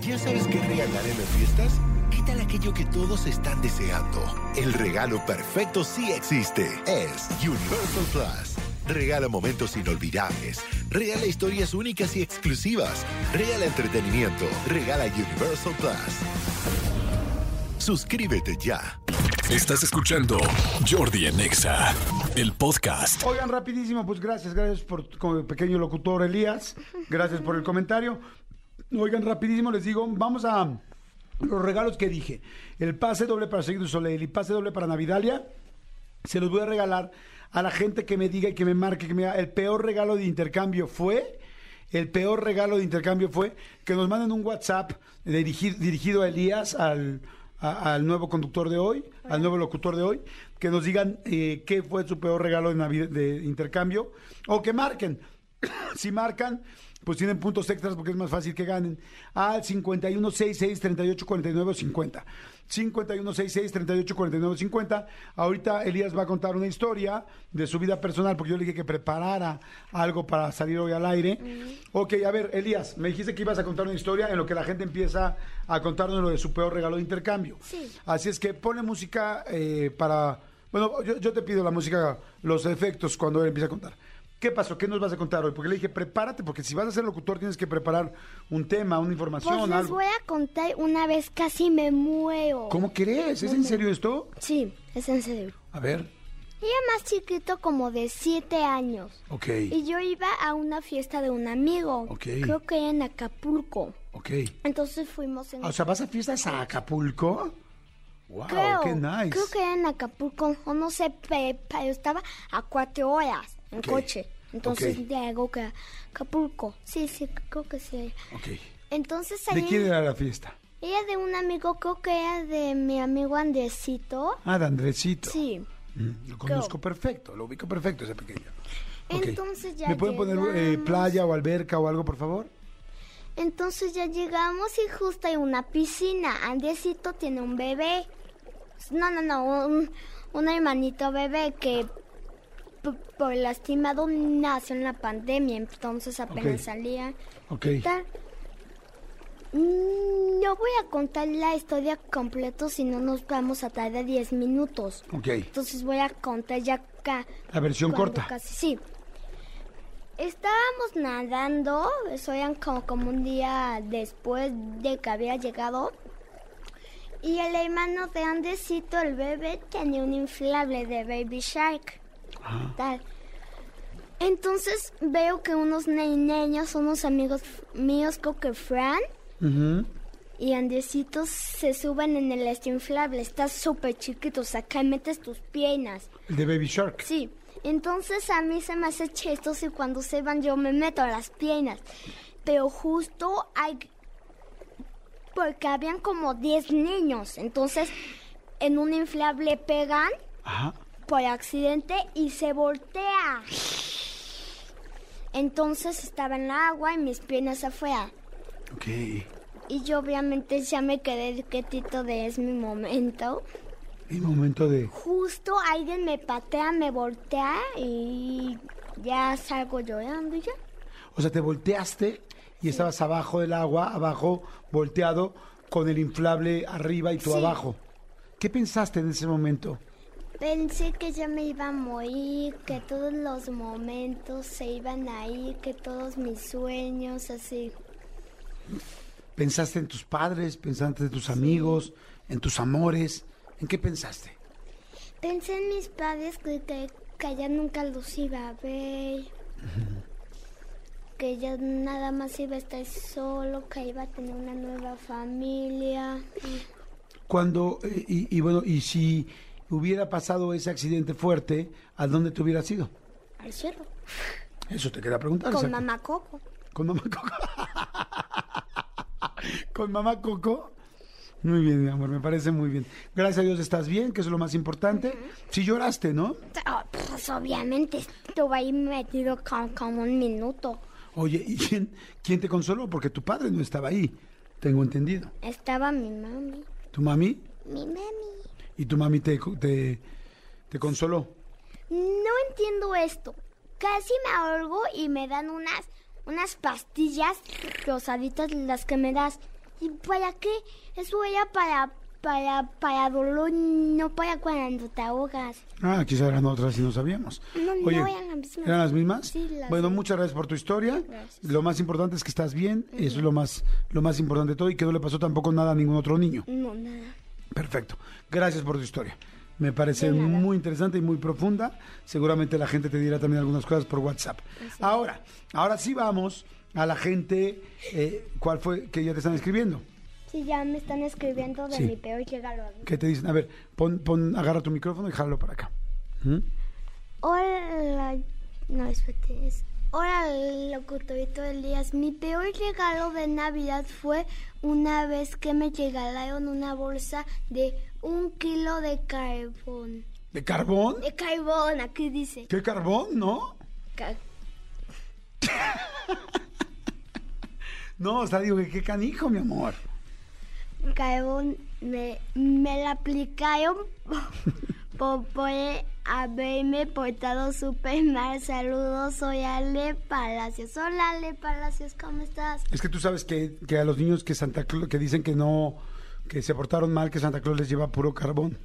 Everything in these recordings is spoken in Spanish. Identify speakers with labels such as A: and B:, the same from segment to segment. A: ¿Ya sabes qué regalar en las fiestas? ¿Qué tal aquello que todos están deseando? El regalo perfecto sí existe. Es Universal Plus. Regala momentos inolvidables. Regala historias únicas y exclusivas. Regala entretenimiento. Regala Universal Plus. Suscríbete ya.
B: Estás escuchando Jordi Anexa, el podcast.
C: Oigan, rapidísimo, pues gracias, gracias por como pequeño locutor Elías, gracias por el comentario. Oigan, rapidísimo les digo, vamos a los regalos que dije. El pase doble para Seguir du Soleil y pase doble para Navidalia, se los voy a regalar a la gente que me diga y que me marque, que me diga, el peor regalo de intercambio fue... El peor regalo de intercambio fue que nos manden un WhatsApp dirigir- dirigido a Elías, al, a- al nuevo conductor de hoy, al nuevo locutor de hoy, que nos digan eh, qué fue su peor regalo de, Navi- de intercambio o que marquen. si marcan, pues tienen puntos extras porque es más fácil que ganen. Al 5166-3849-50. 5166-3849-50. Ahorita Elías va a contar una historia de su vida personal porque yo le dije que preparara algo para salir hoy al aire. Ok, a ver, Elías, me dijiste que ibas a contar una historia en lo que la gente empieza a contarnos lo de su peor regalo de intercambio.
D: Sí.
C: Así es que pone música eh, para... Bueno, yo, yo te pido la música, los efectos cuando él empieza a contar. ¿Qué pasó? ¿Qué nos vas a contar hoy? Porque le dije, prepárate, porque si vas a ser locutor tienes que preparar un tema, una información,
D: Pues les
C: algo.
D: voy a contar una vez casi me muero.
C: ¿Cómo crees? ¿Es en serio esto?
D: Sí, es en serio.
C: A ver,
D: Era más chiquito como de siete años.
C: ok,
D: Y yo iba a una fiesta de un amigo.
C: Ok.
D: Creo que era en Acapulco.
C: ok.
D: Entonces fuimos en...
C: O sea, ¿vas a fiestas a Acapulco? ¡Wow!
D: creo,
C: ¡Qué nice!
D: creo que era en Acapulco. O no sé, pe- pero estaba a cuatro horas en
C: Ok.
D: coche. Entonces
C: Ok.
D: llegó que a Acapulco. Sí, sí, creo que sí.
C: Ok.
D: Entonces
C: ¿De
D: ahí...
C: quién era la fiesta?
D: Era de un amigo, creo que era de mi amigo Andresito.
C: Ah, de Andresito.
D: Sí.
C: Mm, Lo conozco perfecto, lo ubico perfecto ese pequeño. Ok.
D: Entonces ya
C: ¿Me pueden poner eh,
D: llegamos.
C: playa o alberca o algo, por favor?
D: Entonces ya llegamos y justo hay una piscina. Andesito tiene un bebé. No, no, no, un, un hermanito bebé que p- por lastimado nació en la pandemia, entonces apenas
C: Ok.
D: salía.
C: Ok.
D: tal. Mm, No voy a contar la historia completa si no nos vamos a tardar 10 minutos.
C: Ok.
D: Entonces voy a contar ya acá.
C: La versión
D: Cuando
C: corta.
D: Casi, sí. Estábamos nadando, eso eran como, como un día después de que había llegado. Y el hermano de Andesito, el bebé, tenía un inflable de Baby Shark. Tal. Entonces veo que unos ne- niños, unos amigos f- míos, creo que Fran
C: Ujú.
D: y Andesito, se suben en el este inflable. Está súper chiquito, o sea, acá metes tus piernas.
C: El de Baby Shark.
D: Sí, entonces a mí se me hace chistoso y cuando se van yo me meto a las piernas. Pero justo hay... Porque habían como 10 niños, entonces en un inflable pegan
C: Ajá.
D: por accidente y se voltea. Entonces estaba en el agua y mis piernas afuera.
C: Ok.
D: Y yo obviamente ya me quedé quietito de es mi momento.
C: El momento de.
D: Justo alguien me patea, me voltea y ya salgo llorando y ya.
C: O sea, te volteaste y estabas abajo del agua, abajo, volteado, con el inflable arriba y tú
D: Sí.
C: abajo. ¿Qué pensaste en ese momento?
D: Pensé que ya me iba a morir, que todos los momentos se iban a ir, que todos mis sueños así.
C: ¿Pensaste en tus padres? ¿Pensaste en tus amigos? ¿En tus amores? ¿En qué pensaste?
D: Pensé en mis padres que, que, que ya nunca los iba a ver, que ya nada más iba a estar solo, que iba a tener una nueva familia.
C: Cuando, eh, y, y bueno, y si hubiera pasado ese accidente fuerte, ¿a dónde te hubieras ido?
D: Al cielo,
C: Eso te quería preguntar.
D: con
C: Ah, exacto.
D: mamá Coco.
C: Con mamá Coco. Con mamá Coco. Muy bien, mi amor, me parece muy bien. Gracias a Dios estás bien, que eso es lo más importante. Sí lloraste, ¿no?
D: Ah, pues obviamente estuve ahí metido con, como un minuto.
C: Oye, ¿y quién, quién te consoló? Porque tu padre no estaba ahí, tengo entendido.
D: Estaba mi mami.
C: ¿Tu mami?
D: Mi mami.
C: ¿Y tu mami te, co- te, te consoló?
D: No entiendo esto. Casi me ahogo y me dan unas, unas pastillas rosaditas las que me das. ¿Y para qué? Eso era para, para, para dolor, no para cuando te ahogas.
C: Ah, quizás eran otras y no sabíamos.
D: No, no,
C: Oye,
D: eran las mismas.
C: ¿eran las mismas?
D: Sí, las
C: bueno,
D: mismas.
C: muchas gracias por tu historia.
D: Gracias.
C: Lo más importante es que estás bien. Eso es lo más, lo más importante de todo y que no le pasó tampoco nada a ningún otro niño.
D: No, nada.
C: Perfecto. Gracias por tu historia. Me parece
D: De nada.
C: muy interesante y muy profunda. Seguramente la gente te dirá también algunas cosas por WhatsApp. Ahora, ahora sí vamos a la gente. eh, ¿Cuál fue que ya te están escribiendo?
D: Sí, ya me están escribiendo de
C: Sí.
D: mi peor regalo.
C: Que te dicen, a ver, pon, pon, agarra tu micrófono y jálalo para acá. ¿Mm?
D: Hola, no, espérate. es- Hola, locutorito Elías. Mi peor regalo de Navidad fue una vez que me regalaron una bolsa de un kilo de carbón.
C: ¿De carbón?
D: De carbón, aquí dice.
C: ¿Qué carbón? ¿No?
D: Ca-
C: No, o sea, digo que qué canijo, mi amor.
D: carbón me, me la aplicaron por, por haberme portado súper mal. Saludos, soy Ale Palacios. Hola Ale Palacios, ¿cómo estás?
C: Es que tú sabes que, que a los niños que Santa Claus, que dicen que no, que se portaron mal, que Santa Claus les lleva puro carbón.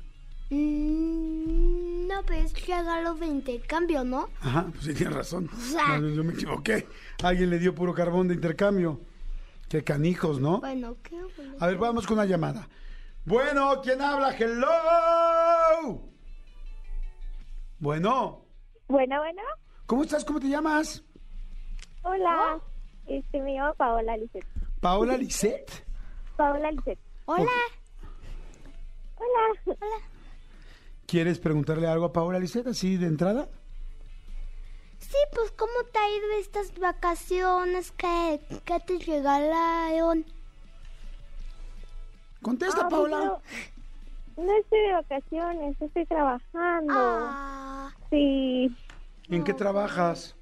D: Mm, No, pero es regalo de intercambio, ¿no?
C: Ajá, pues sí, tienes razón.
D: sea-
C: No, yo me equivoqué. Alguien le dio puro carbón de intercambio. Qué canijos, ¿no?
D: Bueno, ¿qué?
C: A ver, vamos con una llamada. Bueno, ¿quién habla? ¡Hello! Bueno,
E: Bueno, bueno.
C: ¿cómo estás? ¿Cómo te llamas?
E: Hola. Este, me llamo Paola Lisset.
C: ¿Paola Lisset?
E: Paola Lisset.
D: Hola,
E: Hola.
C: ¿Quieres preguntarle algo a Paola Lisset así de entrada?
D: sí, pues ¿cómo te ha ido estas vacaciones que, que te regalaron?
C: Contesta,
E: Ah,
C: Paola.
E: pues, yo No estoy de vacaciones, estoy trabajando.
D: Ah,
E: Sí,
C: ¿En qué trabajas?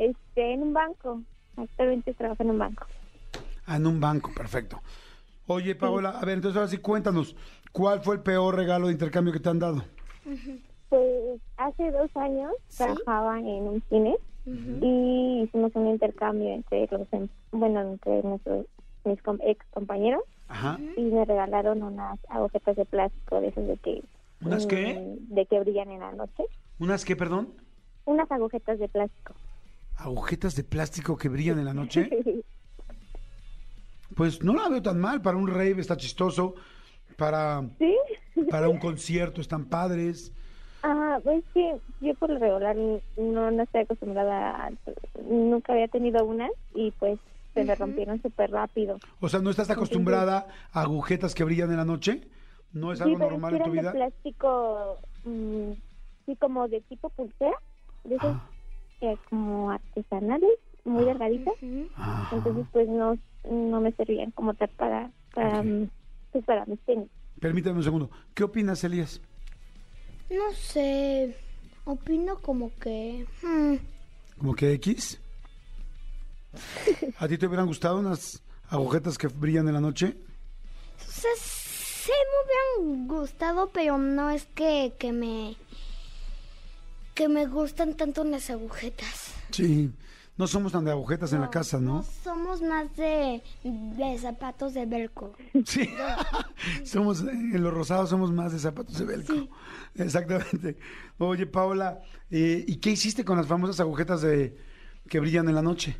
E: este, en un banco. Actualmente trabajo en un banco.
C: Ah, en un banco, perfecto. Oye, Paola, a ver, entonces ahora sí cuéntanos, ¿cuál fue el peor regalo de intercambio que te han dado?
E: Pues hace dos años
D: ¿Sí?
E: trabajaba en un cine y hicimos un intercambio entre los, em- bueno, entre nuestros mis com- ex compañeros
C: Ajá.
E: y me regalaron unas agujetas de plástico de esas de que
C: ¿Unas qué?
E: mm, de que brillan en la noche
C: ¿Unas qué, perdón?
E: unas agujetas de plástico
C: ¿Agujetas de plástico que brillan en la noche? Pues no la veo tan mal, para un rave está chistoso, para,
E: sí
C: para un concierto están padres.
E: ah pues sí yo por lo regular no no estoy acostumbrada a- nunca había tenido unas y pues se me rompieron súper rápido
C: O sea, ¿no estás acostumbrada a agujetas que brillan en la noche? ¿No es
E: sí
C: algo
E: pero es
C: normal
E: que
C: en tu
E: eran de
C: vida?
E: plástico mm, sí como de tipo pulsera de esas
C: Ah,
E: eh, como artesanales muy delgaditas
D: ujú.
C: ah.
E: entonces pues no no me servían como tal para para mm, pues para mis tenis
C: Permítame un segundo. ¿Qué opinas, Elías?
D: no sé, opino como que... hmm,
C: ¿Como que X? ¿A ti te hubieran gustado unas agujetas que brillan en la noche?
D: o sea, sí me hubieran gustado, pero no es que, que me... Que me gustan tanto las agujetas.
C: Sí. No somos tan de agujetas en la casa, ¿no?
D: Somos más de, de zapatos de velcro.
C: Sí. somos, en los rosados somos más de zapatos de velcro. Exactamente. Oye, Paola, eh, ¿y qué hiciste con las famosas agujetas de que brillan en la noche?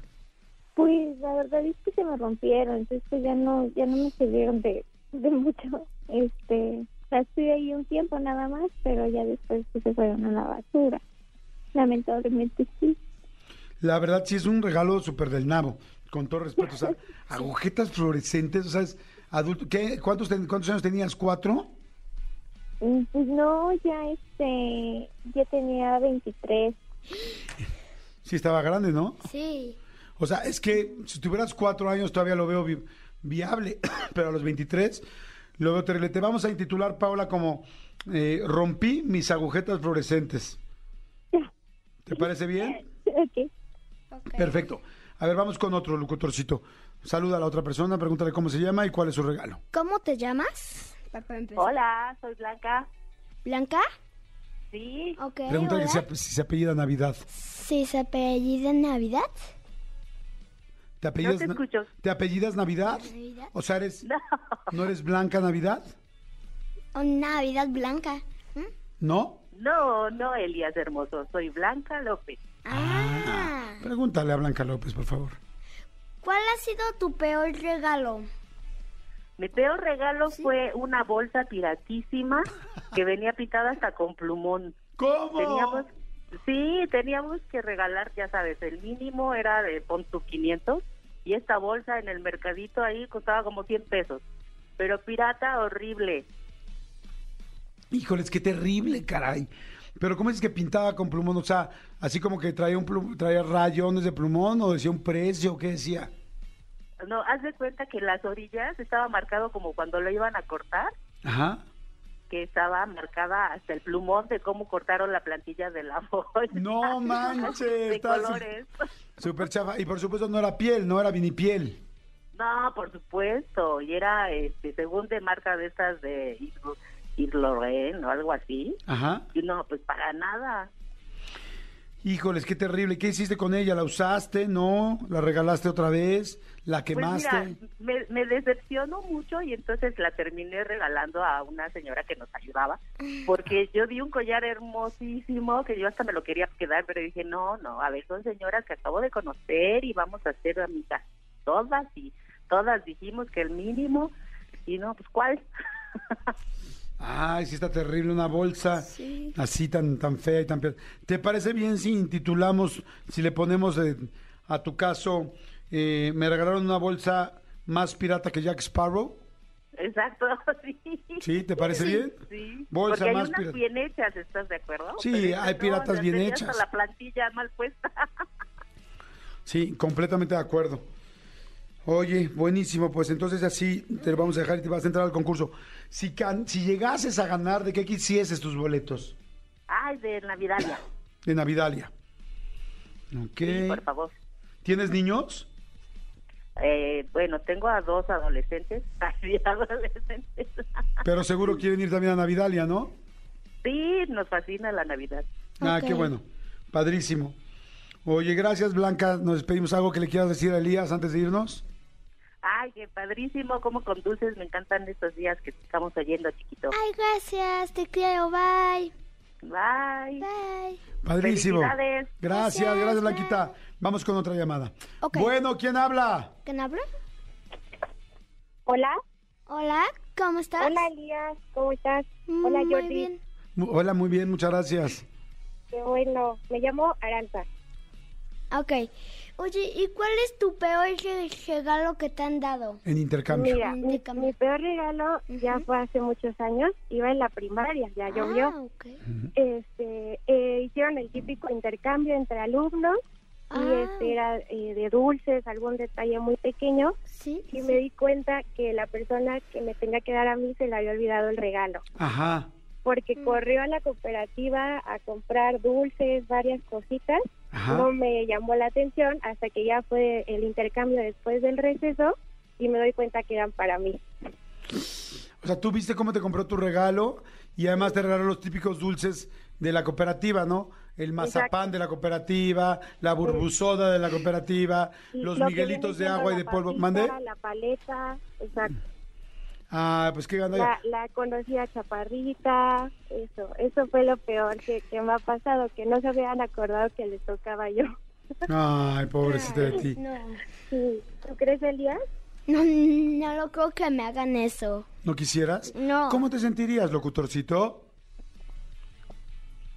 E: Pues la verdad es que se me rompieron, entonces pues, ya no ya no me sirvieron de, de mucho. Este, o sea, estuve ahí un tiempo nada más, pero ya después pues, se fueron a la basura. Lamentablemente sí.
C: La verdad, sí es un regalo súper del nabo, con todo respeto. O sea, agujetas fluorescentes, o sea, es adulto. ¿Qué? ¿Cuántos, ten- ¿Cuántos años tenías? ¿Cuatro?
E: Mm, Pues no, ya este, ya tenía 23.
C: Sí, estaba grande, ¿no?
D: Sí.
C: O sea, es que si tuvieras cuatro años todavía lo veo vi- viable, pero a los 23 lo veo terrible. Te vamos a intitular, Paula, como eh, Rompí mis agujetas fluorescentes. ¿Te parece bien?
E: ok.
C: Perfecto. A ver, vamos con otro locutorcito. Saluda a la otra persona, pregúntale cómo se llama y cuál es su regalo.
D: ¿Cómo te llamas? Pa- para empezar.
F: Hola, soy Blanca.
D: ¿Blanca?
F: Sí,
D: Ok.
C: Pregúntale
D: hola.
C: si, ape- si se apellida Navidad.
D: si se apellida Navidad.
C: ¿Te ¿Te apellidas,
F: te
C: Na-
F: escucho.
C: ¿Te apellidas Navidad?
D: Navidad.
C: O sea, eres, no. eres Blanca Navidad?
D: O Navidad blanca. ¿m?
C: ¿No?
F: No, no, Elías Hermoso, soy Blanca López.
D: Ah.
C: Pregúntale a Blanca López, por favor.
D: ¿Cuál ha sido tu peor regalo?
F: Mi peor regalo fue una bolsa piratísima que venía pintada hasta con plumón.
C: ¿Cómo?
F: Teníamos, sí, teníamos que regalar, ya sabes, el mínimo era de pon tu 500 y esta bolsa en el mercadito ahí costaba como 100 pesos. Pero pirata horrible.
C: Híjoles, qué terrible, caray. Pero ¿cómo es que pintaba con plumón? O sea, así como que traía, un plu- traía rayones de plumón o decía un precio, ¿qué decía?
F: No, haz de cuenta que las orillas estaba marcado como cuando lo iban a cortar,
C: Ajá.
F: que estaba marcada hasta el plumón de cómo cortaron la plantilla de la bolsa.
C: No manches,
F: De
C: estás-
F: colores.
C: Súper chafa. Y por supuesto no era piel, no era vinipiel.
F: No, por supuesto. Y era, este, según de marca de estas de Yves- Yves Lorraine o algo así.
C: Ajá.
F: Y no, pues para nada.
C: Híjoles, qué terrible. ¿Qué hiciste con ella? ¿La usaste? ¿No? ¿La regalaste otra vez? ¿La quemaste?
F: Pues mira, me, me decepcionó mucho y entonces la terminé regalando a una señora que nos ayudaba, porque yo di un collar hermosísimo que yo hasta me lo quería quedar, pero dije, no, no, a ver, son señoras que acabo de conocer y vamos a ser amigas todas y todas dijimos que el mínimo y no, pues cuál.
C: Ay, sí está terrible una bolsa
D: Sí.
C: así tan tan fea y tan pe- ¿Te parece bien si titulamos, si le ponemos eh, a tu caso, eh, me regalaron una bolsa más pirata que Jack Sparrow?
F: Exacto, sí.
C: ¿Sí? ¿Te parece bien?
F: Sí,
C: Bolsa
F: porque hay
C: más
F: unas
C: pirata.
F: bien hechas, ¿estás de acuerdo?
C: Sí,
F: Pero esta
C: hay piratas
F: la
C: bien
F: tenía hasta
C: hechas.
F: La plantilla mal puesta.
C: Sí, completamente de acuerdo. Oye, buenísimo, pues entonces así te lo vamos a dejar y te vas a entrar al concurso. Si, can- si llegases a ganar, ¿de qué quisieses tus boletos?
F: Ay, de Navidad ya.
C: De Navidalia. Ok.
F: Sí, por favor.
C: ¿Tienes niños?
F: Eh, bueno, tengo a dos adolescentes. Ay, adolescentes.
C: Pero seguro quieren ir también a Navidalia, ¿no?
F: Sí, nos fascina la Navidad.
C: Ah,
D: Ok.
C: qué bueno. Padrísimo. Oye, gracias Blanca. Nos despedimos. ¿Algo que le quieras decir a Elías antes de irnos?
F: Ay, qué padrísimo, cómo conduces. Me encantan estos días que estamos oyendo, chiquito.
D: Ay, gracias, te quiero, bye.
F: Bye.
D: Bye.
C: Padrísimo.
F: Felicidades.
C: Gracias, gracias,
D: Gracias,
C: Blanquita. Vamos con otra llamada.
D: Ok.
C: Bueno, ¿quién habla?
D: ¿Quién habla?
E: Hola.
D: Hola, ¿cómo estás?
E: Hola, Elías. ¿Cómo estás?
D: Mm,
E: Hola,
D: Muy
E: Jordi.
D: bien.
C: Mu- Hola, muy bien, muchas gracias.
E: Qué bueno. Me llamo Aranza.
D: Ok. Oye, ¿y cuál es tu peor re- regalo que te han dado?
C: En intercambio.
E: Mira,
D: Mm,
E: mi,
D: dígame.
E: mi peor regalo ya fue hace muchos años. Iba en la primaria, ya llovió.
D: Ah, ok.
E: Este, eh, hicieron el típico intercambio entre alumnos y
D: Ah.
E: este era eh, de dulces, algún detalle muy pequeño.
D: Sí.
E: Y me di cuenta que la persona que me tenía que dar a mí se le había olvidado el regalo,
C: Ajá,
E: porque corrió a la cooperativa a comprar dulces, varias cositas.
C: ajá.
E: No me llamó la atención hasta que ya fue el intercambio después del receso y me doy cuenta que eran para mí.
C: O sea, tú viste cómo te compró tu regalo y además te regaló los típicos dulces de la cooperativa, ¿no? El mazapán
E: Exacto.
C: de la cooperativa, la burbusoda de la cooperativa,
E: Y
C: los
E: lo que
C: miguelitos de
E: viene
C: agua y de
E: siendo
C: polvo.
E: la
C: ¿Mandé?
E: papita, La paleta, exacto.
C: Ah, pues qué ganda.
E: La, la conocida chaparrita, eso, eso fue lo peor que, que me ha pasado, que no se habían acordado que les tocaba yo.
C: Ay, pobrecita de ti.
D: No.
E: Sí. ¿Tú crees, Elías?
D: no, no lo creo que me hagan eso.
C: ¿No quisieras?
D: No.
C: ¿Cómo te sentirías, locutorcito?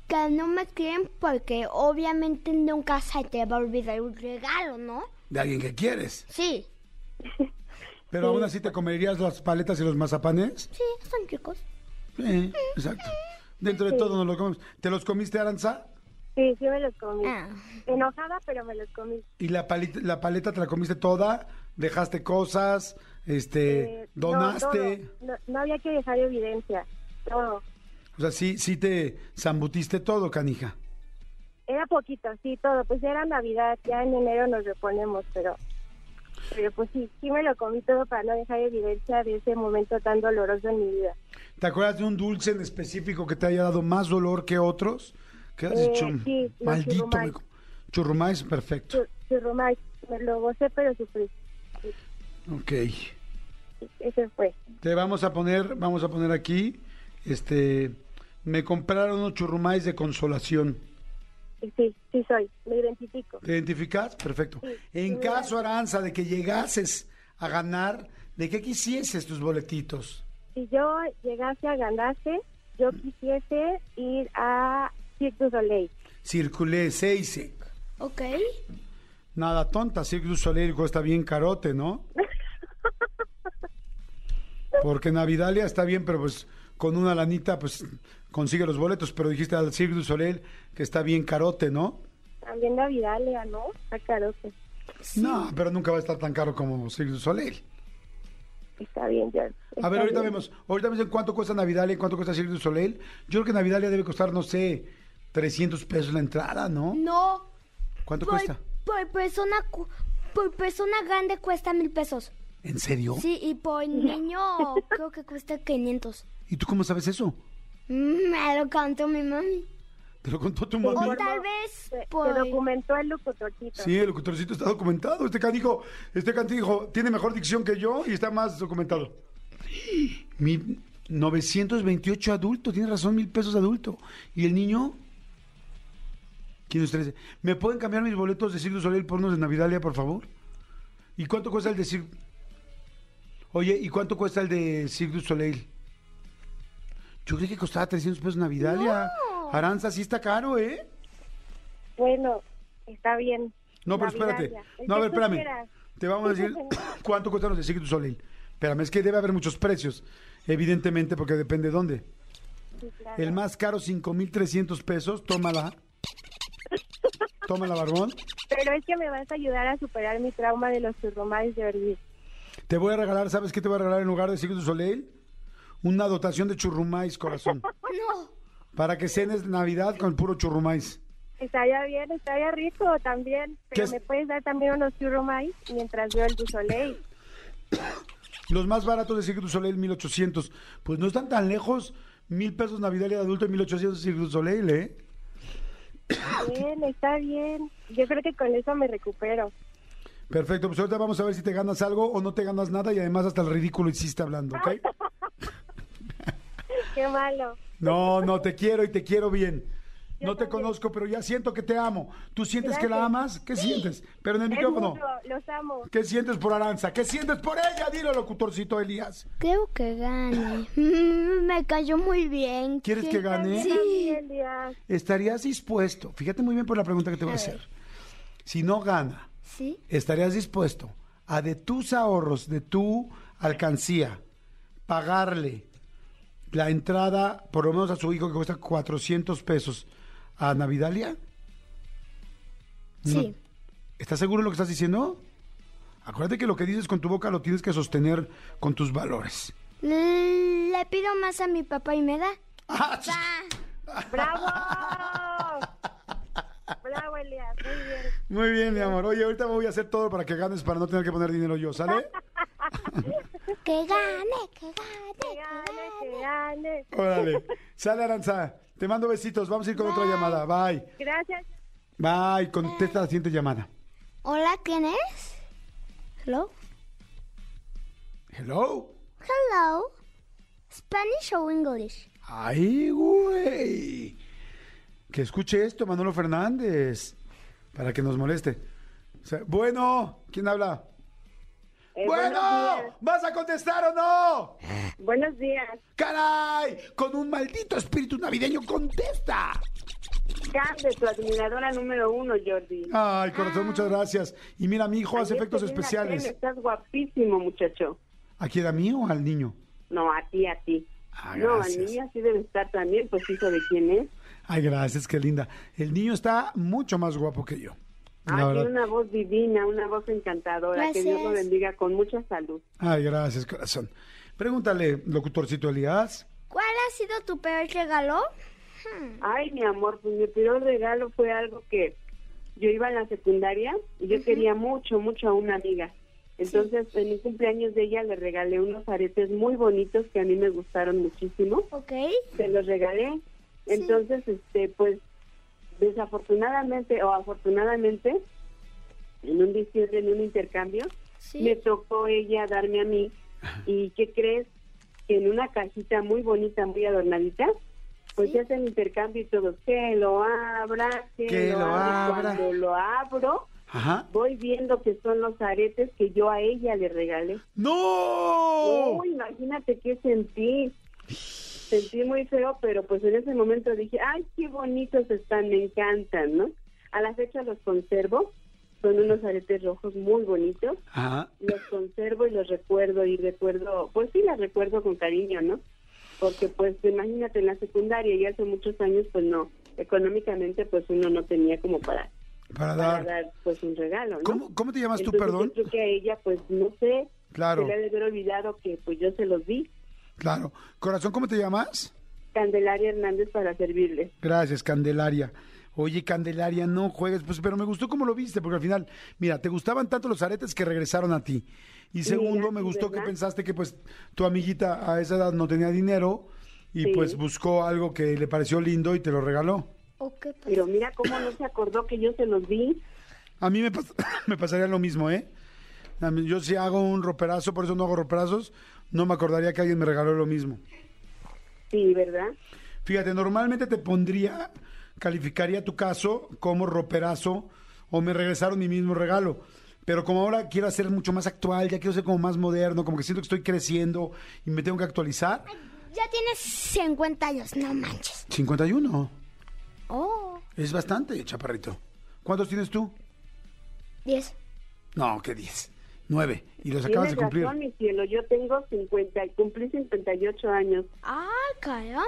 D: Que no me creen porque obviamente nunca se te va a olvidar un regalo, ¿no?
C: De alguien que quieres.
D: Sí.
C: Pero aún así te comerías las paletas y los mazapanes.
D: Sí, son chicos.
C: Sí, exacto. Dentro de todo nos los comemos. ¿Te los comiste, Aranza?
E: Sí, sí me los comí.
D: Ah.
E: Enojada, pero me los comí.
C: ¿Y la paleta, la paleta te la comiste toda? ¿Dejaste cosas? Este,
E: Eh, no,
C: ¿Donaste?
E: todo. No, no había que dejar evidencia, todo.
C: O sea, sí, sí te zambutiste todo, canija.
E: Era poquito, sí, todo. Pues era Navidad, ya en enero nos reponemos, pero... Pero pues sí, sí me lo comí todo para no dejar evidencia de ese momento tan doloroso en mi vida.
C: ¿Te acuerdas de un dulce en específico que te haya dado más dolor que otros? ¿Qué has
E: Eh,
C: dicho? "Mm,
E: sí, los
C: Maldito.
E: churrumais.
C: Me... co- Churrumais, perfecto.
E: Chur- Churrumais, me lo gocé, pero sufrí.
C: Ok.
E: Ese fue.
C: Te vamos a poner, vamos a poner aquí, este, me compraron unos churrumais de consolación.
E: Y Sí, sí soy, me identifico.
C: ¿Te identificas? Perfecto. En caso, Aranza, de que llegases a ganar, ¿de qué quisieses tus boletitos?
E: Si yo llegase a ganarse, yo quisiese ir a Cirque du Soleil.
C: Circulé, Seise.
D: Ok.
C: Nada tonta, Cirque du Soleil cuesta bien carote, ¿no? Porque Navidalia está bien, pero pues con una lanita pues consigue los boletos, pero dijiste al Cirque du Soleil que está bien carote, ¿no?
E: También Navidad le ganó a Carote.
C: No, pero nunca va a estar tan caro como Cirque du Soleil.
E: Está bien, George.
C: A
E: está
C: ver, ahorita
E: bien.
C: vemos, ahorita vemos en cuánto cuesta Navidalia, en cuánto cuesta Cirque du Soleil. Yo creo que Navidalia debe costar, no sé, 300 pesos la entrada, ¿no?
D: No.
C: ¿Cuánto
D: Por,
C: cuesta?
D: por persona cu- por persona grande cuesta mil pesos.
C: ¿En serio?
D: Sí, y por niño creo que cuesta 500.
C: ¿Y tú cómo sabes eso?
D: Mm, Me lo contó mi mami.
C: ¿Te lo contó
E: Pues
C: tu
D: O
C: mami?
D: tal vez
E: Se,
D: por...
E: se documentó el locutorcito.
C: Sí, el locutorcito está documentado. Este canijo, este canijo tiene mejor dicción que yo y está más documentado. Mi 928 adulto, tiene razón, mil pesos adulto. ¿Y el niño? ¿Quién es 13? ¿Me pueden cambiar mis boletos de Cirque du Soleil por unos de Navidalia, por favor? ¿Y cuánto cuesta el de Cirque? Oye, ¿y cuánto cuesta el de Cirque du Soleil? Yo creí que costaba 300 pesos Navidalia.
D: No.
C: Aranza, sí está caro, ¿eh?
E: Bueno, está bien.
C: No, pero espérate.
E: Navidalia. El
C: No, a
E: que
C: ver,
E: tú
C: espérame.
E: quieras.
C: Te vamos a decir cuánto cuestan los de Cirque du Soleil. Espérame, es que debe haber muchos precios, evidentemente, porque depende de dónde.
E: Sí, claro.
C: El más caro, 5,300 pesos. Tómala. Tómala, barbón.
E: Pero es que me vas a ayudar a superar mi trauma de los turromales de Orgis.
C: Te voy a regalar, ¿sabes qué te voy a regalar en lugar de Cirque du Soleil? Una dotación de churrumais, corazón.
D: No.
C: Para que cenes Navidad con puro churrumais.
E: Estaría bien, estaría rico también.
C: ¿Qué
E: Pero
C: es?
E: me puedes dar también unos churromais mientras veo el du Soleil.
C: Los más baratos de Cirque du Soleil, 1,800. Pues no están tan lejos. Mil pesos Navidalia de adulto y 1,800 Cirque du Soleil, ¿eh?
E: Bien, está bien. Yo creo que con eso me recupero.
C: Perfecto, pues ahorita vamos a ver si te ganas algo o no te ganas nada y además hasta el ridículo hiciste hablando, ¿ok?
E: Qué malo.
C: No, no, te quiero y te quiero bien.
E: Yo
C: No te
E: también.
C: conozco, pero ya siento que te amo. ¿Tú sientes que la
E: Gracias.
C: amas? ¿Qué sientes? Pero en el
E: Es
C: micrófono.
E: mucho, los amo.
C: ¿Qué sientes por Aranza? ¿Qué sientes por ella? Dilo, locutorcito Elías.
D: Creo que gane. Mm, Me cayó muy bien.
C: ¿Quieres que gane?
D: Sí.
E: También, Díaz.
C: ¿Estarías dispuesto? Fíjate muy bien por la pregunta que te voy a hacer. Si no gana,
D: Sí.
C: ¿estarías dispuesto a de tus ahorros, de tu alcancía, pagarle la entrada, por lo menos a su hijo, que cuesta 400 pesos, a Navidalia?
D: Sí.
C: ¿Estás seguro de lo que estás diciendo? Acuérdate que lo que dices con tu boca lo tienes que sostener con tus valores.
D: Le le pido más a mi papá y me da. Ah,
E: ¡Bravo! ¡Bravo, Elías! Muy bien.
C: Muy bien, mi amor. Oye, ahorita voy a hacer todo para que ganes, para no tener que poner dinero yo, ¿sale?
D: que gane, que gane,
E: Que
D: que
E: gane,
D: gane.
E: que gane.
C: Órale. Sale, Aranza. Te mando besitos. Vamos a ir con otra llamada. Bye.
E: Gracias.
C: Bye. Contesta la siguiente llamada.
D: Hola, ¿quién es? Hello.
C: Hello.
D: Hello. Spanish o English?
C: Ay, güey. Que escuche esto, Manolo Fernández. Para que nos moleste. O sea, bueno, ¿quién habla?
E: Eh, buenos
C: bueno,
E: días.
C: ¿vas a contestar o no?
E: Buenos días.
C: ¡Caray! Con un maldito espíritu navideño, contesta.
E: Cande, tu admiradora número uno, Jordi.
C: Ay,
E: Ah.
C: corazón, muchas gracias. Y mira, mi hijo hace
E: Ayer
C: Ah, efectos
E: te vi en la tele,
C: especiales.
E: Estás guapísimo, muchacho.
C: ¿Aquí era mío o al niño?
E: No, a ti, a ti.
C: Ah,
E: no, a
C: gracias.
E: mí así debe estar también, pues hijo de quién es.
C: Ay, gracias, qué linda. El niño está mucho más guapo que yo.
E: Ah,
C: La
E: tiene
C: verdad.
E: una voz divina, una voz encantadora. Que Dios lo
D: Gracias.
E: bendiga con mucha salud.
C: Ay, gracias, corazón. Pregúntale, locutorcito Elías.
D: ¿Cuál ha sido tu peor regalo?
E: Ay, mi amor, pues mi peor regalo fue algo que yo iba a la secundaria y yo quería mucho, mucho a una amiga. Entonces, en el cumpleaños de ella le regalé unos aretes muy bonitos que a mí me gustaron muchísimo.
D: Ok.
E: Se los regalé.
D: Sí.
E: Entonces, este, pues, desafortunadamente o afortunadamente,
F: en un diciembre, en un intercambio,
D: Sí.
F: me tocó ella darme a mí. ¿Y qué crees? Que en una cajita muy bonita, muy adornadita, pues
D: Sí.
F: se hace el intercambio y todo. Que lo abra, que,
C: Que
F: lo
C: lo
F: abra. Y
C: abra.
F: Cuando lo abro,
C: Ajá.
F: voy viendo que son los aretes que yo a ella le regalé.
C: ¡No!
F: Oh, imagínate qué sentí. Sentí muy feo, pero pues en ese momento dije, ay, qué bonitos están, me encantan, ¿no? A la fecha los conservo, son unos aretes rojos muy bonitos,
C: Ajá.
F: los conservo y los recuerdo y recuerdo, pues sí, las recuerdo con cariño, ¿no? Porque pues imagínate en la secundaria y hace muchos años, pues no, económicamente pues uno no tenía como para,
C: Para
F: para
C: dar.
F: dar pues un regalo, ¿no?
C: ¿Cómo, cómo te llamas tú,
F: Entonces,
C: perdón?
F: yo creo que a ella pues no sé,
C: Claro.
F: se le ha de haber olvidado que pues yo se los di.
C: Claro. Corazón, ¿cómo te llamas?
F: Candelaria Hernández para servirles.
C: Gracias, Candelaria. Oye, Candelaria, no juegues, pues, pero me gustó cómo lo viste, porque al final, mira, te gustaban tanto los aretes que regresaron a ti. Y segundo,
F: sí,
C: me gustó
F: ¿verdad?
C: que pensaste que pues tu amiguita a esa edad no tenía dinero y
F: Sí.
C: pues buscó algo que le pareció lindo y te lo regaló.
D: ¿O qué pasa?
F: Pero mira cómo no se acordó que yo se los di.
C: A mí me, pas- me pasaría lo mismo, ¿eh? A mí- Yo si hago un roperazo, por eso no hago roperazos, no me acordaría que alguien me regaló lo mismo.
F: Sí, ¿verdad?
C: Fíjate, normalmente te pondría, calificaría tu caso como roperazo o me regresaron mi mismo regalo. Pero como ahora quiero hacer mucho más actual, ya quiero ser como más moderno, como que siento que estoy creciendo y me tengo que actualizar.
D: Ya tienes 50 años, no manches.
C: 51.
D: Oh,
C: Es bastante, chaparrito. ¿Cuántos tienes tú?
D: 10.
C: No, que 10. 9. Y los acabas
F: Tienes
C: de cumplir.
F: razón, mi cielo. Yo tengo 50, y cumplí 58 años.
D: Ay, caramba.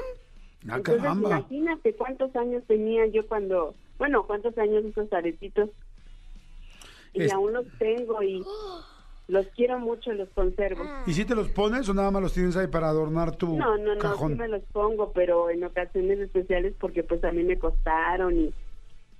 C: Ah,
F: Entonces,
C: caramba.
F: imagínate cuántos años tenía yo cuando... Bueno, cuántos años esos aretitos. Y
C: Es-
F: aún los tengo y los quiero mucho, los conservo.
C: ¿Y si te los pones o nada más los tienes ahí para adornar tu
F: No, no, no, sí
C: cajón?
F: me los pongo, pero en ocasiones especiales porque pues a mí me costaron y,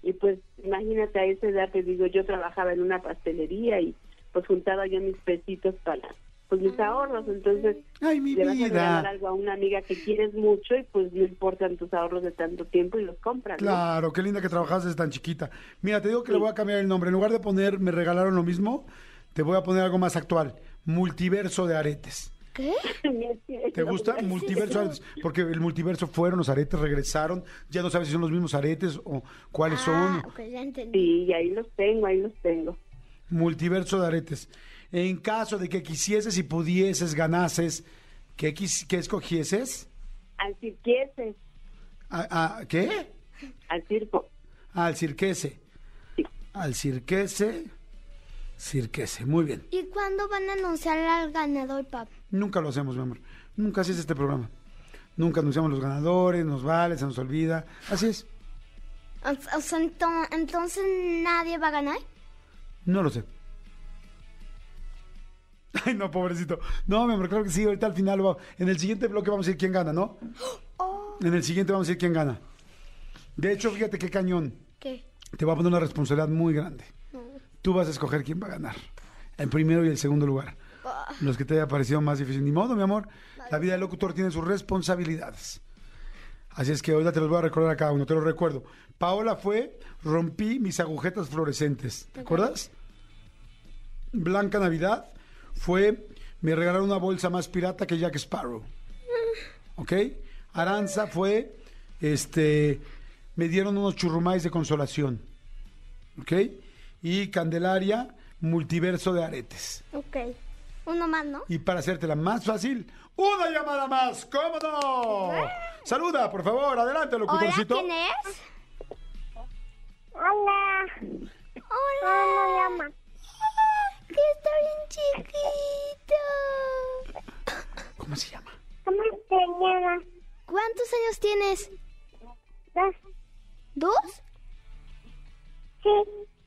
F: y pues imagínate a esa edad te digo, yo trabajaba en una pastelería y pues juntaba yo mis pesitos para pues mis ahorros, entonces
C: Ay, mi
F: le vas a regalar
C: vida.
F: algo a una amiga que quieres mucho y pues no importan tus ahorros de tanto tiempo y los compras, ¿no?
C: Claro, qué linda que trabajas desde tan chiquita. Mira, te digo que le voy a cambiar el nombre. En lugar de poner me regalaron lo mismo, te voy a poner algo más actual. Multiverso de aretes.
D: ¿Qué?
C: ¿Te gusta? Multiverso de aretes. Porque el multiverso fueron, los aretes regresaron. Ya no sabes si son los mismos aretes o cuáles
D: Ah,
C: son.
D: ok, ya entendí.
F: Sí, y ahí los tengo, ahí los tengo.
C: Multiverso de aretes. En caso de que quisieses y pudieses, ganases, ¿qué, quis- qué escogieses?
F: Al quieres
C: ¿A, a- qué
F: al circo.
C: Al cirquese. Al cirquese. Cirquese. Muy bien.
D: ¿Y cuándo van a anunciar al ganador, papá?
C: Nunca lo hacemos, mi amor. Nunca así es este programa. Nunca anunciamos los ganadores, nos vale, se nos olvida. Así es.
D: O- o sea, ento- entonces nadie va a ganar.
C: No lo sé. Ay, no, pobrecito. No, mi amor, claro que sí. Ahorita al final, va- en el siguiente bloque vamos a ir quién gana, ¿no? En el siguiente vamos a ir quién gana. De hecho, fíjate qué cañón.
D: ¿Qué?
C: Te va a poner una responsabilidad muy grande. Tú vas a escoger quién va a ganar. El primero y el segundo lugar.
D: Ah,
C: Los que te haya parecido más difícil. Ni modo, mi amor. La vida del locutor tiene sus responsabilidades. Así es que ahorita te los voy a recordar a cada uno, te los recuerdo. Paola fue, rompí mis agujetas fluorescentes. ¿Te acuerdas? Blanca Navidad fue, me regalaron una bolsa más pirata que Jack Sparrow. ¿Ok? Aranza fue, este, me dieron unos churrumais de consolación. ¿Ok? Y Candelaria, multiverso de aretes.
D: Ok. Uno más, ¿no?
C: Y para hacértela más fácil, una llamada más. ¿Cómo no? Saluda, por favor. Adelante,
D: Hola,
C: locutorcito.
D: ¿quién es?
E: Hola. Ah,
D: Hola.
E: ¿Cómo llama?
D: Ah, Que está bien chiquito.
C: ¿Cómo se llama?
E: ¿Cómo te llamas?
D: ¿Cuántos años tienes?
E: Dos.
D: ¿Dos?
E: Sí.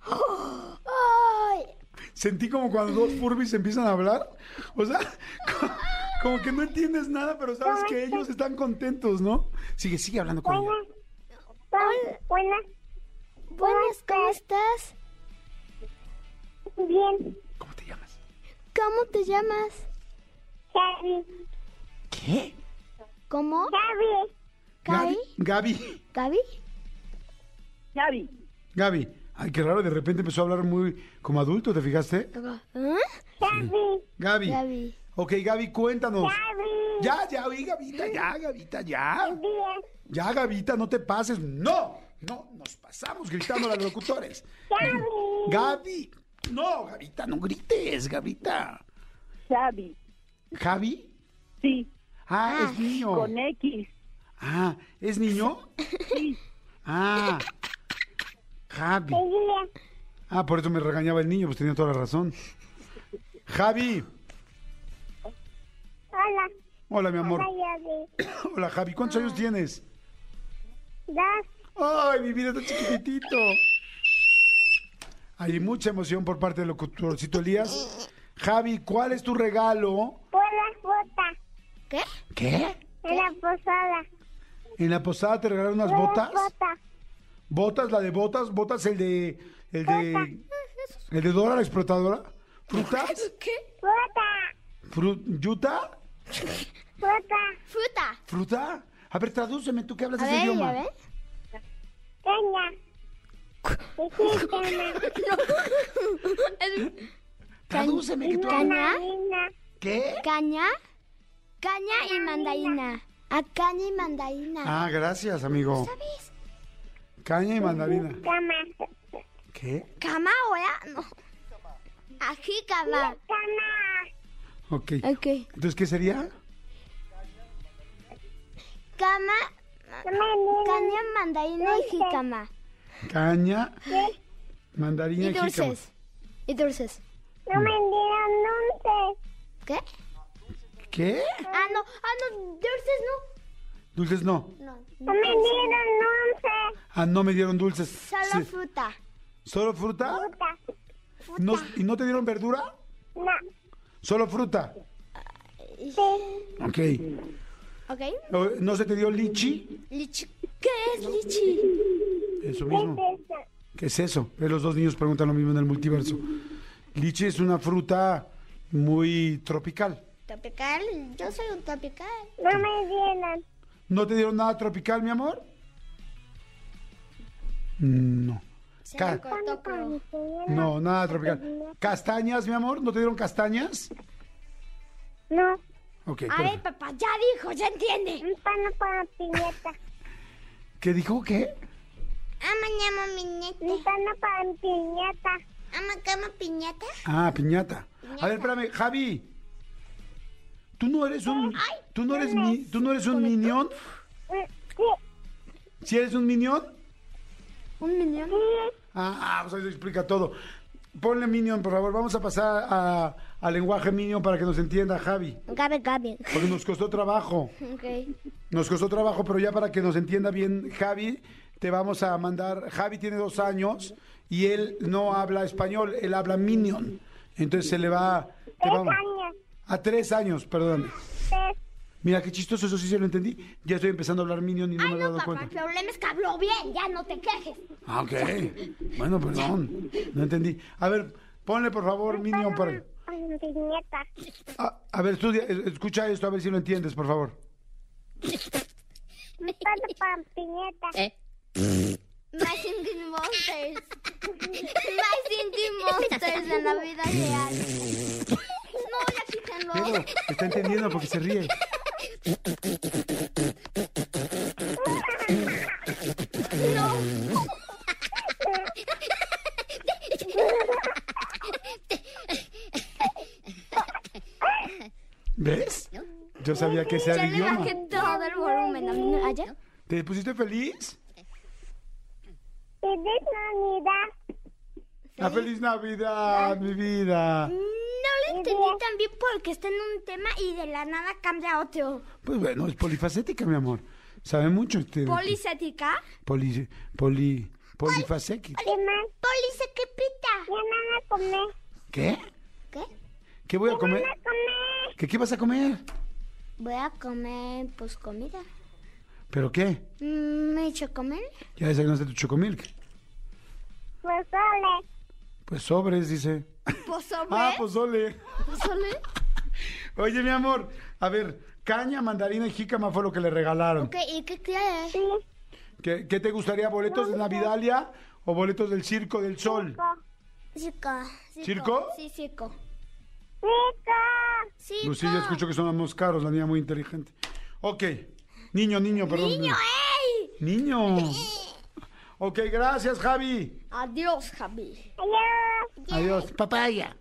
D: ¡Ay!
C: Sentí como cuando dos furbis empiezan a hablar. O sea, como, como que no entiendes nada, pero sabes que ellos están contentos, ¿no? Sigue, sigue hablando con ella.
E: Hola. Hola. Hola.
D: Buenas, ¿cómo estás?
E: Bien.
C: ¿Cómo te llamas?
D: ¿Cómo te llamas?
E: Gaby.
C: ¿Qué?
D: ¿Cómo?
E: Gaby.
D: ¿Gaby?
C: Gaby. Gaby.
D: ¿Gaby?
F: Gaby,
C: Gaby. Ay, qué raro, de repente empezó a hablar muy como adulto, ¿te fijaste?
D: ¿Eh?
E: Gaby,
C: Gaby.
D: Gaby.
C: Ok, Gaby, cuéntanos.
E: Gaby,
C: Ya, ya, oye, Gavita, ya, Gavita, ya.
E: día,
C: Ya, Gavita, no te pases. No, no, nos pasamos gritando a los locutores.
E: Gaby,
C: Gaby, no, Gavita, no grites, Gavita.
F: Xavi,
C: ¿Javi?
F: sí,
C: Ah, es niño.
F: con X.
C: Ah, ¿es niño? Ah, Javi.
E: día,
C: Ah, por eso me regañaba el niño, pues tenía toda la razón. Javi.
E: hola,
C: Hola, mi amor.
E: hola Gaby,
C: Hola, Javi. ¿Cuántos años tienes?
E: das,
C: ¡Ay, mi vida, está chiquitito! Hay mucha emoción por parte del locutorcito Elías. Javi, ¿cuál es tu regalo?
E: por las botas,
D: ¿Qué?
C: ¿Qué?
E: en la posada,
C: ¿En la posada te regalaron unas
E: por
C: botas?
E: las botas,
C: ¿Botas? ¿La de botas? ¿Botas el de. el de. el de Dora la explotadora? ¿Frutas?
D: ¿Qué?
E: bota,
C: Fru- ¿Yuta?
E: bota,
D: Fruta.
C: ¿Fruta? A ver, tradúceme, tú que hablas
D: A
C: ese
D: ver,
C: idioma.
D: a ver.
E: caña, pequeña,
C: Tradúceme que tú hablas.
D: Caña,
E: niña,
C: ¿Qué?
D: caña, caña y mandarina. A caña y mandarina.
C: Ah, gracias, amigo.
D: ¿Sabes?
C: Caña y mandarina.
E: cama,
C: ¿Qué?
D: Cama ahora no. Ajícama.
E: cama,
C: Ok.
D: Ok.
C: Entonces, ¿qué sería?
D: Cama,
E: cama, niña,
D: caña, mandarina y jícama.
C: Caña, mandarina
D: Y
C: y jícama.
D: dulces. Y dulces.
E: no me dieron dulces,
D: ¿Qué?
C: ¿Qué?
D: Ah, no. Ah, no. Dulces no.
C: Dulces no.
D: No.
E: no me dieron dulces,
C: Ah, no me dieron dulces. Sí.
D: Solo fruta.
C: ¿Solo fruta?
E: puta,
C: ¿No- ¿Y no te dieron verdura?
E: no,
C: Solo fruta.
E: sí,
C: Ok.
D: ¿Ok?
C: ¿No, no se te dio lichi?
D: Lichi. ¿Qué es lichi?
C: Eso
E: ¿qué
C: mismo.
E: es eso?
C: ¿Qué es eso? Pero los dos niños preguntan lo mismo en el multiverso. Lichi es una fruta muy tropical.
D: Tropical. Yo soy un tropical.
E: No me dieron.
C: ¿No te dieron nada tropical, mi amor? No.
D: Se
C: Ca-
D: me cortó, pero...
C: No, nada tropical. ¿Castañas, mi amor? ¿No te dieron castañas?
E: No,
C: Ok,
D: A
C: perfecto.
D: ver, papá, ya dijo, ya entiende.
E: un pano para piñata.
C: ¿Qué dijo? ¿Qué?
D: Ama ñama miñete.
E: Un pano para piñata.
D: Ama cama piñata.
C: Ah, piñata. A ver, espérame, Javi. ¿Tú no eres un tú no eres mi- tú no eres un minion?
E: Mm, Sí,
C: ¿Si eres un minion?
D: Un millón.
C: Ah, pues eso explica todo. Ponle minion, por favor. Vamos a pasar a, a lenguaje minion para que nos entienda Javi,
D: Gabe, Gabe.
C: porque nos costó trabajo.
D: Ok.
C: Nos costó trabajo, pero ya para que nos entienda bien Javi, te vamos a mandar. Javi tiene dos años y él no habla español, él habla minion. Entonces se le va. Te
E: tres
C: vamos.
E: años.
C: A tres años, perdón.
E: Tres.
C: Mira, qué chistoso, eso sí se lo entendí. Ya estoy empezando a hablar Minion y no
D: Ay,
C: me había
D: no,
C: dado
D: papá, el
C: cuenta.
D: problema es que habló bien, ya no te quejes.
C: Ah, ok. Bueno, perdón. No entendí. A ver, ponle por favor Minion para...
E: Para piñata.
C: A, a ver, estudia, eh, escucha esto, a ver si lo entiendes, por favor.
E: Un pano para piñata.
D: My Singing Monsters. My Singing Monsters en la vida real. No, ya quítenlo.
C: Pedro, está entendiendo porque se ríe. ¿Ves? Yo sabía que sea
D: Ya
C: el
D: le
C: idioma.
D: bajé todo el volumen. ¿no? ¿Allá?
C: ¿Te pusiste feliz?
E: Feliz Navidad.
C: ¡A feliz Navidad, mi vida!
D: No lo entendí tan bien porque está en un tema y de la nada cambia a otro.
C: Pues bueno, es polifacética, mi amor. Sabe mucho este.
D: Policética.
C: Poli. Poli. Polifacética.
E: ¿Qué más? ¿Qué
D: Polisequepita.
E: van a comer?
C: ¿Qué?
D: ¿Qué?
C: ¿Qué voy a comer?
E: ¿Van a comer?
C: ¿Qué, ¿Qué vas a comer?
D: Voy a comer, pues, comida.
C: ¿Pero qué?
D: Mm, ¿Me he hecho comer?
C: Ya desayunaste tu chocomilk.
E: Pozole.
C: Pues sobres, dice.
D: ¿Pozole?
C: Ah, pozole.
D: ¿Pozole?
C: Oye, mi amor, a ver, caña, mandarina y jícama fue lo que le regalaron.
D: Ok, ¿y qué crees?
C: ¿Qué, qué te gustaría? ¿Boletos de Navidalia o boletos del Circo del Sol?
D: Circo.
C: ¿Circo?
D: Sí, circo.
E: ¡Chica!
D: Circo.
C: Lucía, escucho que son más caros, la niña muy inteligente. Ok. Niño, niño, perdón.
D: Niño, ¡ey!
C: Niño. Ok, gracias, Javi.
D: Adiós, Javi.
E: ¡Adiós!
C: Adiós. Papaya.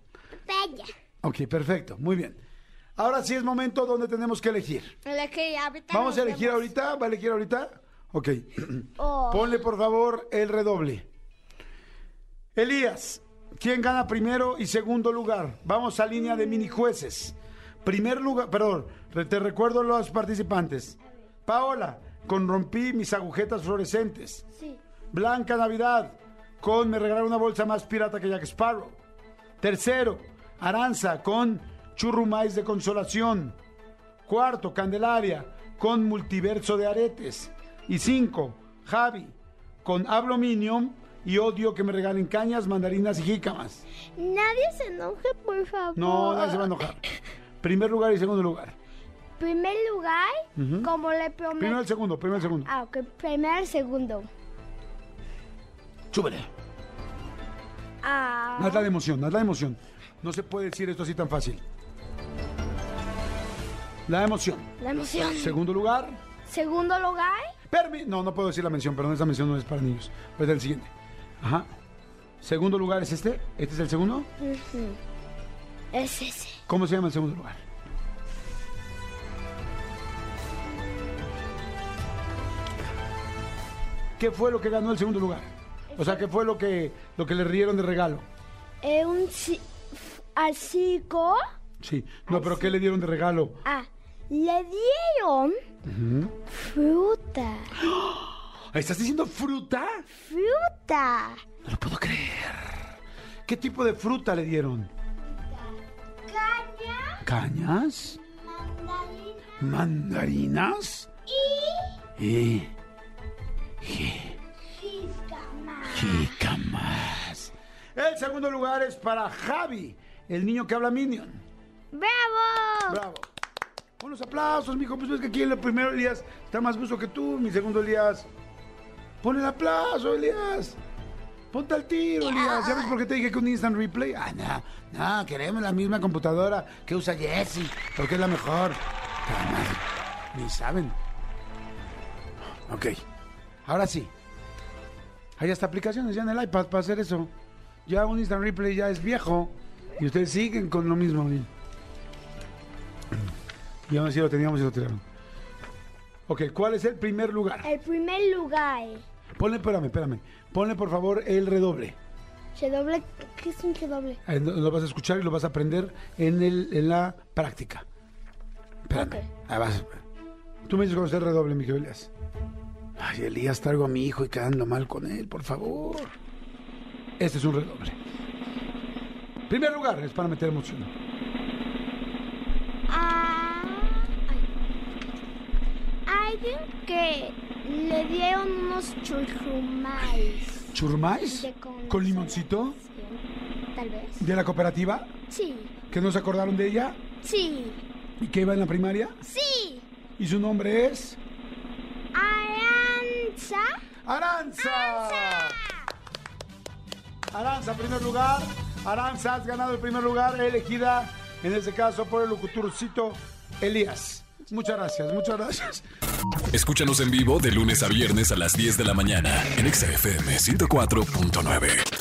D: Bella.
C: Ok, perfecto. Muy bien. Ahora sí es momento donde tenemos que elegir.
D: Elegí, ahorita
C: Vamos
D: nos
C: a elegir
D: vemos.
C: ahorita. ¿Va a elegir ahorita? Ok.
D: Oh.
C: Ponle, por favor, el redoble. Elías, ¿quién gana primero y segundo lugar? Vamos a línea de mini jueces. Primer lugar, perdón, re- te recuerdo los participantes. Paola, con rompí mis agujetas fluorescentes.
D: Sí.
C: Blanca Navidad, con Me regalaron una bolsa más pirata que Jack Sparrow. Tercero, Aranza, con Churrumais de Consolación. Cuarto, Candelaria, con Multiverso de Aretes. Y cinco, Javi, con Ablominium y Odio que me regalen cañas, mandarinas y jícamas.
D: Nadie se enoje, por favor.
C: No, nadie se va a enojar. Primer lugar y segundo lugar.
D: Primer lugar, como le prometí.
C: Primero el segundo, primero el segundo.
D: Ah, ok. Primer, segundo.
C: Chúbele.
D: Ah.
C: Haz la de emoción, haz la de emoción. No se puede decir esto así tan fácil. La emoción.
D: La emoción.
C: Segundo lugar,
D: Segundo lugar,
C: permi... No, no puedo decir la mención, perdón, esa mención no es para niños. Pues el siguiente. Ajá. Segundo lugar es este. ¿Este es el segundo?
D: es ese.
C: ¿Cómo se llama el segundo lugar? ¿Qué fue lo que ganó el segundo lugar? O sea, ¿qué fue lo que, lo que le rieron de regalo?
D: Eh, un ci- f- al circo.
C: Sí. No, pero ¿qué le dieron de regalo?
D: Ah, le dieron fruta.
C: ¿Estás diciendo fruta?
D: Fruta.
C: No lo puedo creer. ¿Qué tipo de fruta le dieron?
D: Caña,
C: ¿Cañas?
D: mandarina
C: ¿Mandarinas?
D: y
C: Y
D: jícama.
C: jícamas. El segundo lugar es para Javi, el niño que habla Minion.
D: ¡Bravo!
C: Bravo. Buenos aplausos, mijo. Pues ves que aquí el primero Elías está más gusto que tú. Mi segundo Elías. Pon el aplauso, Elías. Ponte al tiro, Elías. ¿Sabes por qué te dije que un instant replay? Ah, no. No, queremos la misma computadora que usa Jesse. Porque es la mejor. Puta madre, Ni saben. Ok. Ahora sí. Hay hasta aplicaciones ya en el iPad para hacer eso. Ya un instant replay ya es viejo. Y ustedes siguen con lo mismo. miren. Ya no sé si lo teníamos y lo tiraron. Ok, ¿cuál es el primer lugar?
D: El primer lugar. eh.
C: Ponle, espérame, espérame. Ponle por favor el redoble.
D: Se doble. ¿Qué es un que doble?
C: Eh, Lo, lo vas a escuchar y lo vas a aprender en, el, en la práctica. Espérame.
D: Ok.
C: Ah, vas. Tú me dices cuando esté el redoble, mi querido Elías. Ay, Elías, traigo a mi hijo y quedando mal con él, por favor. Este es un redoble. Primer lugar, es para meter emoción.
D: Ah, ay. Alguien que le dieron unos churrumais.
C: ¿Churmais?
D: De con-
C: ¿Con limoncito?
D: Tal vez.
C: ¿De la cooperativa?
D: Sí,
C: ¿Que no se acordaron de ella?
D: sí,
C: ¿Y que iba en la primaria?
D: sí.
C: Y su nombre es
D: Aranza.
C: Aranza. Aranza, primer lugar. Aranza, has ganado el primer lugar, elegida en este caso por el locutorcito Elías. Muchas gracias, muchas gracias.
B: Escúchanos en vivo de lunes a viernes a las 10 de la mañana en Exa FM 104.9.